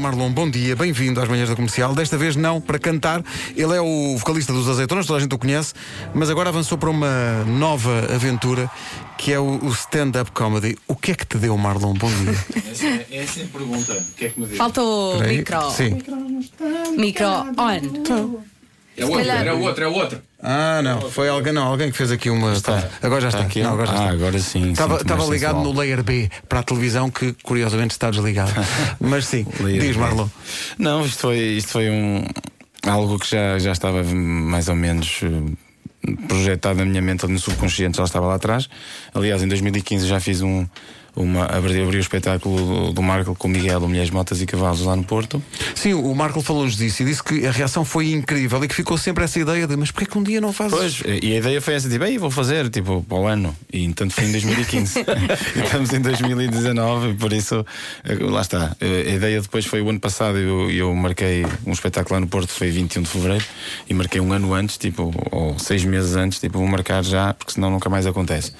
Marlon, bom dia, bem-vindo às manhãs da comercial. Desta vez não para cantar, ele é o vocalista dos Azeitonas, toda a gente o conhece, mas agora avançou para uma nova aventura que é o, o stand-up comedy. O que é que te deu, Marlon? Bom dia. Essa, essa é a pergunta. O que é que me diz? Falta o Espera aí. micro. Sim. Micro on. É outro, calhar- era outro, é outro. Ah, não, foi alguém, não, alguém que fez aqui uma. Tá. Agora já está. Está aqui? Não, agora já Ah, está. agora Estava, sim, sinto-me mais estava ligado no sensual. layer B para a televisão, que curiosamente está desligado. Mas sim, Layer diz B. Marlon. Não, isto foi, isto foi um, algo que já, já estava mais ou menos eh, projetado na minha mente, no subconsciente, já estava lá atrás. Aliás, em 2015 já fiz um. Uma, abri, abri o espetáculo do Marco com o Miguel, o Mulheres, Motas e Cavalos, lá no Porto. Sim, o Marco falou-nos disso e disse que a reação foi incrível e que ficou sempre essa ideia de mas porquê que um dia não fazes? Pois, e a ideia foi essa, tipo, aí vou fazer, tipo, para o ano. E então foi em 2015. E Estamos em 2019, por isso, eh, lá está. Eh, A ideia depois foi o ano passado, eu, eu marquei um espetáculo lá no Porto, foi 21 de fevereiro, e marquei um ano antes, tipo, ou seis meses antes, tipo, vou marcar já, porque senão nunca mais acontece.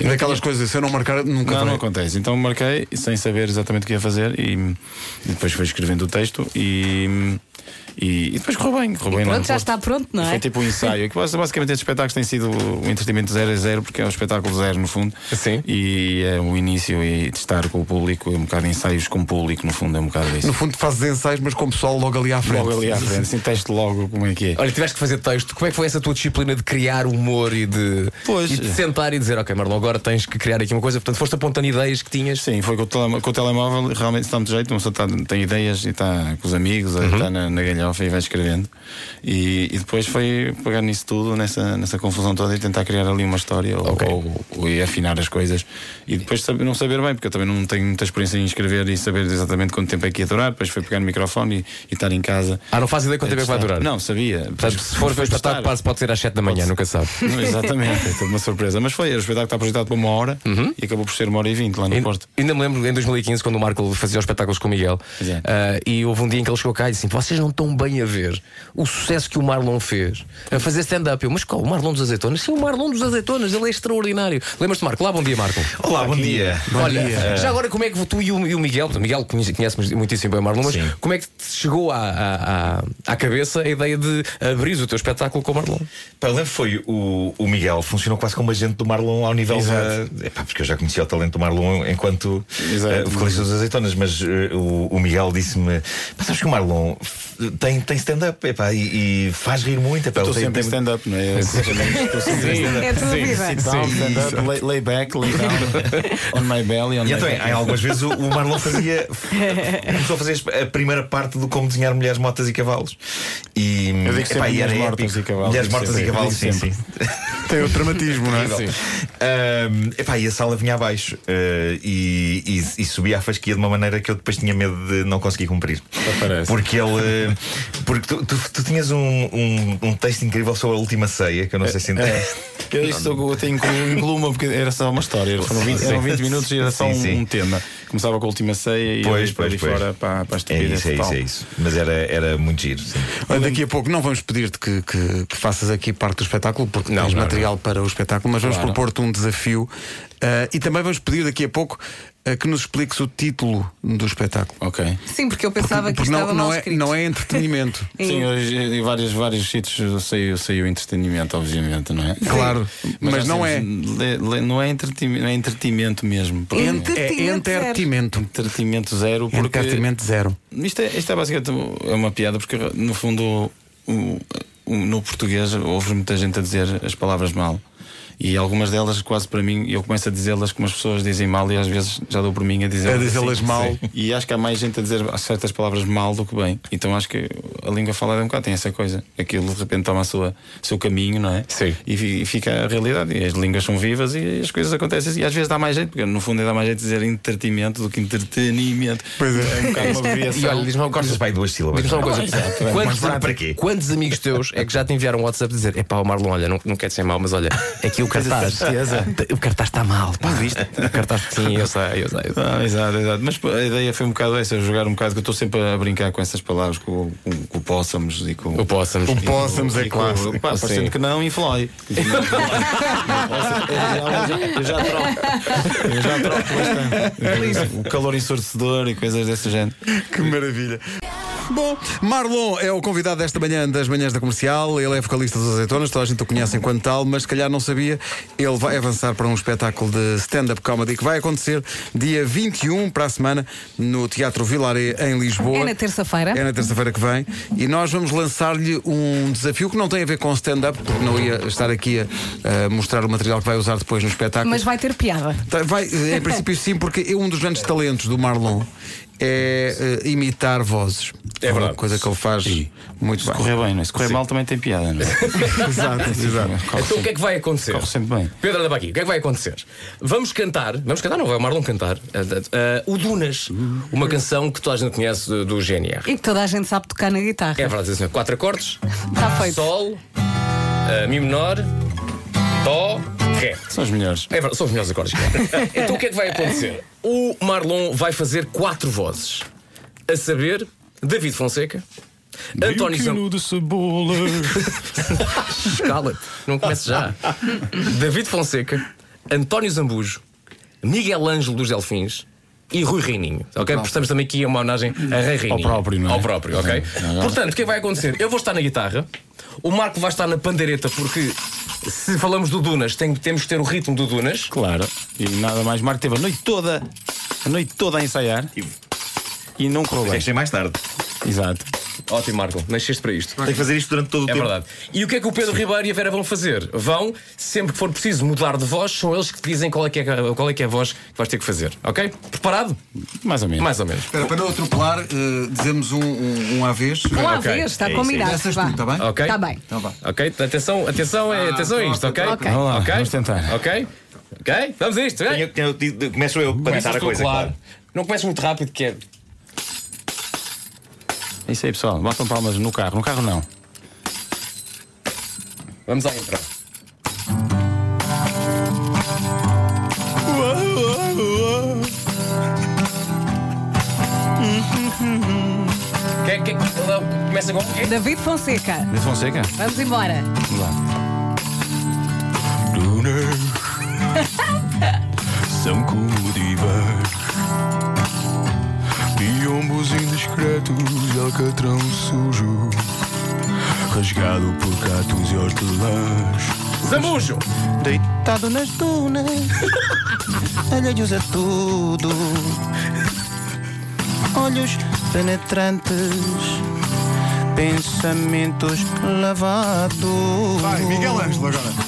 E Daquelas coisas, se eu não marcar, nunca não, vai. não acontece. Então marquei sem saber exatamente o que ia fazer e, e depois fui escrevendo o texto e, e, e depois correu bem. Correu bem lá pronto, no já Porto. está pronto, não E é? Foi tipo um ensaio. Que basi- basicamente estes espetáculos têm sido um entretenimento zero a zero, porque é um espetáculo zero no fundo. Sim. E é o início e de estar com o público, é um bocado ensaios com o público, no fundo, é um bocado No isso. fundo fazes ensaios, mas com o pessoal logo ali à frente. Logo ali à frente, assim, teste logo como é que é. Olha, tiveste que fazer texto. Como é que foi essa tua disciplina de criar humor e de, Pois. e de sentar e dizer, ok, Marlon, agora tens que criar aqui uma coisa? Portanto, foste apontando ideias que tinhas. Sim, foi com o, tele- com o telemóvel, realmente está muito jeito, uma pessoa tá- tem ideias e está com os amigos, Uhum. ou está na, na galhofa e vai escrevendo. E, e depois foi pegar nisso tudo, nessa, nessa confusão toda, e tentar criar ali uma história ou- Ok. ou, ou e afinar as coisas. E depois saber, não saber bem, porque eu também não tenho muita experiência em escrever e saber exatamente quanto tempo é que ia durar. Depois foi pegar no microfone e, e estar em casa. Ah, não faz ideia quanto tempo é que vai testar. durar? Não, sabia. Portanto, se for ver o espetáculo, quase pode ser às 7 da manhã, nunca sabe. Não, exatamente, é toda uma surpresa. Mas foi, era o espetáculo que está projetado para uma hora Uhum. e acabou por ser uma hora e vinte lá no Ainda, Porto. ainda me lembro em 2015, quando o Marco fazia os espetáculos com o Miguel, Exato. ah, e houve um dia em que ele chegou cá e disse: assim, Vocês não estão bem a ver o sucesso que o Marlon fez a fazer stand-up. Eu, mas qual? O Marlon dos Azeitonas? Sim, o Marlon dos Azeitonas, ele é extraordinário. Lembras-te, Marco? Lá, bom dia, Marco. Olá, bom dia. Olha, já agora como é que tu e o, e o Miguel, portanto, o Miguel conhece, conhece muitíssimo bem o Marlon, mas Sim. como é que te chegou à, à, à- à cabeça a ideia de abrir o teu espetáculo com o Marlon? Pá, eu lembro que foi o, o Miguel, funcionou quase como agente do Marlon ao nível da. Epá, porque eu já conhecia o talento do Marlon enquanto Exato. eh, vocalista dos Azeitonas, mas eh, o, o Miguel disse-me: "Pá, sabes que o Marlon f- tem, tem stand-up epá, e, e faz rir muito. Epá, Estou ele Então, tem- sempre em tem- stand-up, não é? Estou sempre em stand-up. É tudo vida. Sit down, stand up, lay, lay back, lay down on my belly, on E my então, back. em algumas vezes o, o Marlon fazia. começou a fazer a primeira parte do Como Desenhar Mulheres, Motas e Cavalos. E, Eu digo sempre e era mulheres mortas épico. e cavalos, Mulheres digo mortas e sempre, cavalos, eu sim, digo sim. Tem o dramatismo, não é? Sim. Ahm, epá, e a sala vinha abaixo eh, e, e- e subia a fasquia de uma maneira que eu depois tinha medo de não conseguir cumprir. parece. Porque ele. eh, Porque tu, tu- tu tinhas um, um- um texto incrível sobre a última ceia, que É, eu não sei se entende. Eu isto eu tenho inclu- incluo uma porque era só uma história, era- foram 20 eram 20 minutos e era só Sim, um, sim. um tema. Começava com a última ceia e Pois, depois para pois, ali pois. fora para, para a É estupidez isso, é total. isso, é isso. Mas era, era muito giro. sim. Olha, daqui a pouco não vamos pedir-te que, que- que faças aqui parte do espetáculo, porque Não, tens não, material para o espetáculo, mas vamos Claro. propor-te um desafio ah, e também vamos pedir daqui a pouco ah, que nos expliques o título do espetáculo. Ok. Sim, porque eu pensava que porque estava não, não, mal é, escrito. não é entretenimento. Sim, hoje em vários, vários sítios eu sei, eu sei o entretenimento, obviamente, não é? Claro, mas às não vezes le- le- não é entretenimento, é entretenimento mesmo. porque- Ent- é Entretenimento zero. entretimento. Entretenimento zero, porque Entretimento zero. Isto é, isto é basicamente é uma piada, porque no fundo o- o- no português ouves muita gente a dizer as palavras mal. E algumas delas, quase para mim, eu começo a dizê-las como as pessoas dizem mal e às vezes já dou por mim a dizer A dizê-las mal. E acho que há mais gente a dizer certas palavras mal do que bem. Então acho que a língua falada um bocado tem essa coisa. Aquilo de repente toma a sua, o seu caminho, não é? Sim. E, fi- e fica a realidade. E as línguas são vivas e as coisas acontecem. E às vezes dá mais jeito, porque no fundo dá mais jeito dizer entretenimento do que entretenimento. Pois é. É um bocado uma abreviação. E olha, diz-me uma Gostas coisa. para aí duas sílabas. Diz-me só uma não é? coisa. Quantos, Mas para quê? quantos amigos teus é que já te enviaram um WhatsApp dizer: Epá, o Marlon, olha, não, não quero ser mau, mas olha, é que o cartaz. o cartaz está mal, pá. O cartaz, sim, eu sei, eu sei. eu sei. Ah, exato, exato. Mas pô, a ideia foi um bocado essa, jogar um bocado, que eu estou sempre a brincar com essas palavras, com, com, com o possamos e com. O possamos. e com- possamos é e com- clássico. pá, Parecendo Sim. que não, e fly. Eu já troco. Eu já troco bastante. O calor ensurdecedor e coisas desse género. Que maravilha. Bom, Marlon é o convidado desta manhã das manhãs da comercial. Ele é vocalista dos Azeitonas, toda a gente o conhece enquanto tal, mas se calhar não sabia. Ele vai avançar para um espetáculo de stand-up comedy que vai acontecer dia 21 para a semana no Teatro Vilaré em Lisboa. É na terça-feira. É na terça-feira que vem. E nós vamos lançar-lhe um desafio que não tem a ver com stand-up, porque não ia estar aqui a, a mostrar o material que vai usar depois no espetáculo. Mas vai ter piada. Tá, Vai, eh, em princípio sim, porque eu- um dos grandes talentos do Marlon é eh, imitar vozes. É uma verdade. coisa que ele faz muito bem. Correr bem, não é? Se correr mal também tem piada, não é? Exato, exato. Corre Então o que sempre, é que vai acontecer? corre sempre bem. Pedro, anda para aqui. O que é que vai acontecer? Vamos cantar, vamos cantar, não vai o Marlon cantar, Ah, ah, ah, o Dunas, uma canção que toda a gente conhece do, do GNR. E que toda a gente sabe tocar na guitarra. É verdade, senhor. Quatro acordes: Está feito. Sol, ah, Mi menor, Dó, Ré. São os melhores. É verdade, são os melhores acordes. claro. então o que é que vai acontecer? O Marlon vai fazer quatro vozes: a saber, David Fonseca, António Zamp... de cebola. Escala, não comece já. David Fonseca, António Zambujo, Miguel Ângelo dos Delfins e Rui Reininho. Ok? Prestamos também aqui uma homenagem a Rei Reininho. próprio, não é? Ao próprio, ok? Portanto, o que é que vai acontecer? Eu vou estar na guitarra, o Marco vai estar na pandeireta, porque se falamos do Dunas, tem- temos que ter o ritmo do Dunas. Claro. E nada mais. Marco teve a noite toda, a noite toda a ensaiar e não correu Tem bem. que ser mais tarde. Exato. Ótimo, Marco, nasceste para isto. Tem que fazer isto durante todo o É tempo. verdade. E o que é que o Pedro Ribeiro e a Vera vão fazer? Vão, sempre que for preciso mudar de voz, são eles que te dizem qual é que é, a- qual é, que é a voz que vais ter que fazer. Ok? Preparado? Mais ou menos. Mais ou menos. Espera, para não atropelar, eh, dizemos um, um, um à vez. Vamos lá Ok, ver, está é isso, combinado. Começas vá. tu, está bem? Ok? Tá bem. Então vá. Ok? Atenção, atenção, é, atenção a isto, ok? Ok. Vamos lá, Ok? vamos tentar. Ok? Ok? Vamos a isto, é? Tenho- tenho- tenho- começo eu para Começas tentar a tu, coisa, claro. claro. Não comeces muito rápido, que é. É isso aí, pessoal. Batam palmas no carro. No carro, não. Vamos ao intro. Que, que, que- começa com o quê? David Fonseca, De Fonseca? vamos embora. Vamos lá. São como divãs Biombos indiscretos Alcatrão sujo Rasgado por gatos e hortelãs Zambujo! Deitado nas dunas Alheios a tudo Olhos penetrantes Pensamentos lavados Miguel Ângelo agora.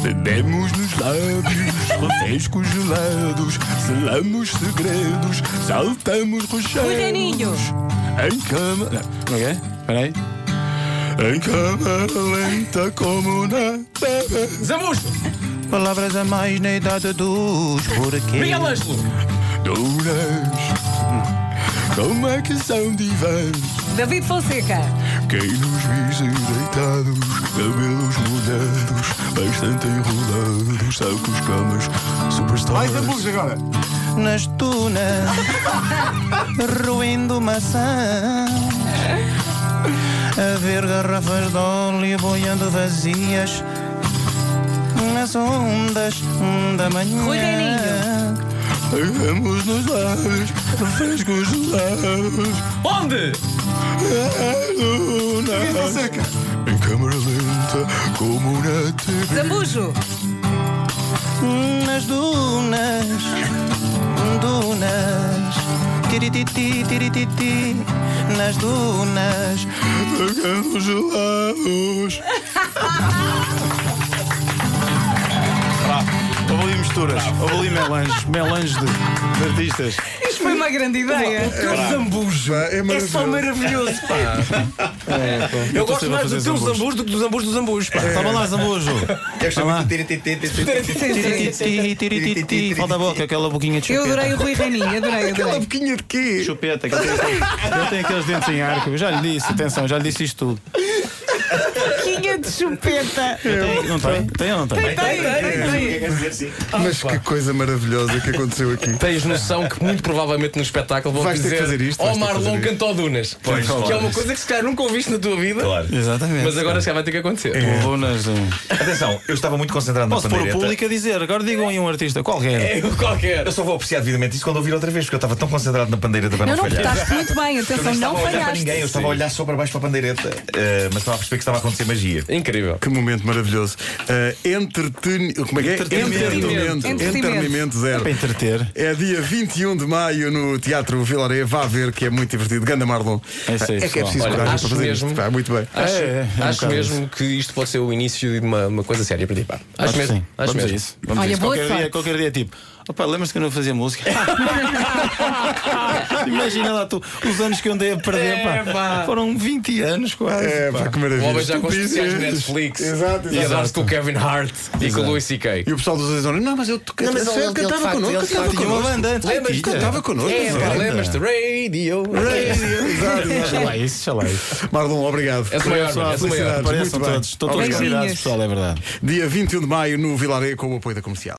Bebemos nos lábios, refrescos gelados, selamos segredos, saltamos Rui rochedos. Reininho, Em câmara, Como é que é? Espera aí. em câmara lenta como na terra. Zambujo! Palavras a mais na idade dos porquês. Miguel Ângelo! Duras, como é que são divãs? David Fonseca, Quem nos visse deitados, cabelos molhados, bastante enrolados, sacos, camas, superstars. agora. nas dunas, roendo maçã. A ver garrafas de óleo boiando vazias nas ondas da manhã. Rui Reininho. Pegamos nos lábios, frescos gelados, Onde? a luna. Em câmara lenta, como um na TV. Zambujo, Nas dunas, dunas, tirititi, tirititi, nas dunas, pegamos gelados. Houve ali misturas. Houve ali melanges. Melanges de, de artistas. isto foi uma grande ideia. Zambujo. É É maravilhoso. só maravilhoso, pá! Eu Então gosto você vai mais do fazer teu zambujo. zambujo do que do zambujo do zambujo, pá! Toma lá, Zambujo. Eu chamo de tiri, tiri, tiri, tiri, tiri. Sim, sim. Tirititi, tirititi. Falta a boca, aquela boquinha de Eu chupeta. adorei o Rui Reininho, Aquela adorei, adorei. boquinha de quê? Chupeta, que eu tenho, eu tenho aqueles dentes em arco. Eu já lhe disse, atenção, já lhe disse isto tudo. Quinha de chupeta. Tem, não tem? Tem ou não tem? Tem, tem, tem. Quer dizer, sim. Mas que coisa maravilhosa que aconteceu aqui. Tens noção que muito provavelmente no espetáculo vão Vais ter que dizer fazer isto, "Ó vais ter que Marlon fazer isto." cantou Dunas. Pois, que é uma claro. coisa que se calhar nunca ouviste na tua vida, Claro. Exatamente. mas agora se calhar vai ter que acontecer. Colunas de um. Atenção, eu estava muito concentrado Posso na pôr o pandeireta. público a dizer, agora digam aí um artista qualquer. É qualquer. Eu só vou apreciar devidamente isso quando ouvir outra vez, porque eu estava tão concentrado na pandeireta para Não, não, não falhar. votaste muito bem, Eu atenção, estava não a olhar para falhaste. ninguém, eu estava a olhar só para baixo para a pandeireta, eh, mas estava a perceber que estava a acontecer magia. Incrível. Que momento maravilhoso. Uh, entreten... Como é que é? Entretenimento. Entretenimento. Entretenimento. Entretenimento zero. Para entreter. É dia 21 de maio no Teatro Vilaré. Vá ver que é muito divertido. Ganda Marlon. É isso aí, é que é pessoal. preciso Olha, coragem acho para fazer mesmo- isto. Pá, muito bem. Acho, É, é, é um acho bocado mesmo que isto pode ser o início de uma, uma coisa séria para ti. pá. Acho, que mesmo. sim. Acho Vamos a mesmo. isso. Vamos Olha, a isso. boa Qualquer dia, sorte. qualquer dia, tipo, opa, lembras-te que eu não fazia música? Imagina lá tu, os anos que eu andei a perder, pá, foram 20 anos quase. É, pá. pá, que O maravilha. homem Um já com os Tu especiais de dizes. Netflix. Exato, E exato. adoro com o Kevin Hart e com o Louis C.K. E o pessoal dos Azuis não, mas eu toquei- Não, mas ele- eu ele, de cantava facto, connosco, ele de cantava facto Tinha uma connosco. banda antes. Lembras-te? Cantava connosco. assim, É, pá, Canta. lembras-te? Radio. Radio, exato, exato. Deixa lá é isso, deixa lá isso. Marlon, obrigado. És o maior, Abraço, mano, és o maior. felicidades, Apareçam muito bem. todos, estão todos Obrigado. um convidados, pessoal, é verdade. Dia 21 de maio no Vilaré com o apoio da comercial.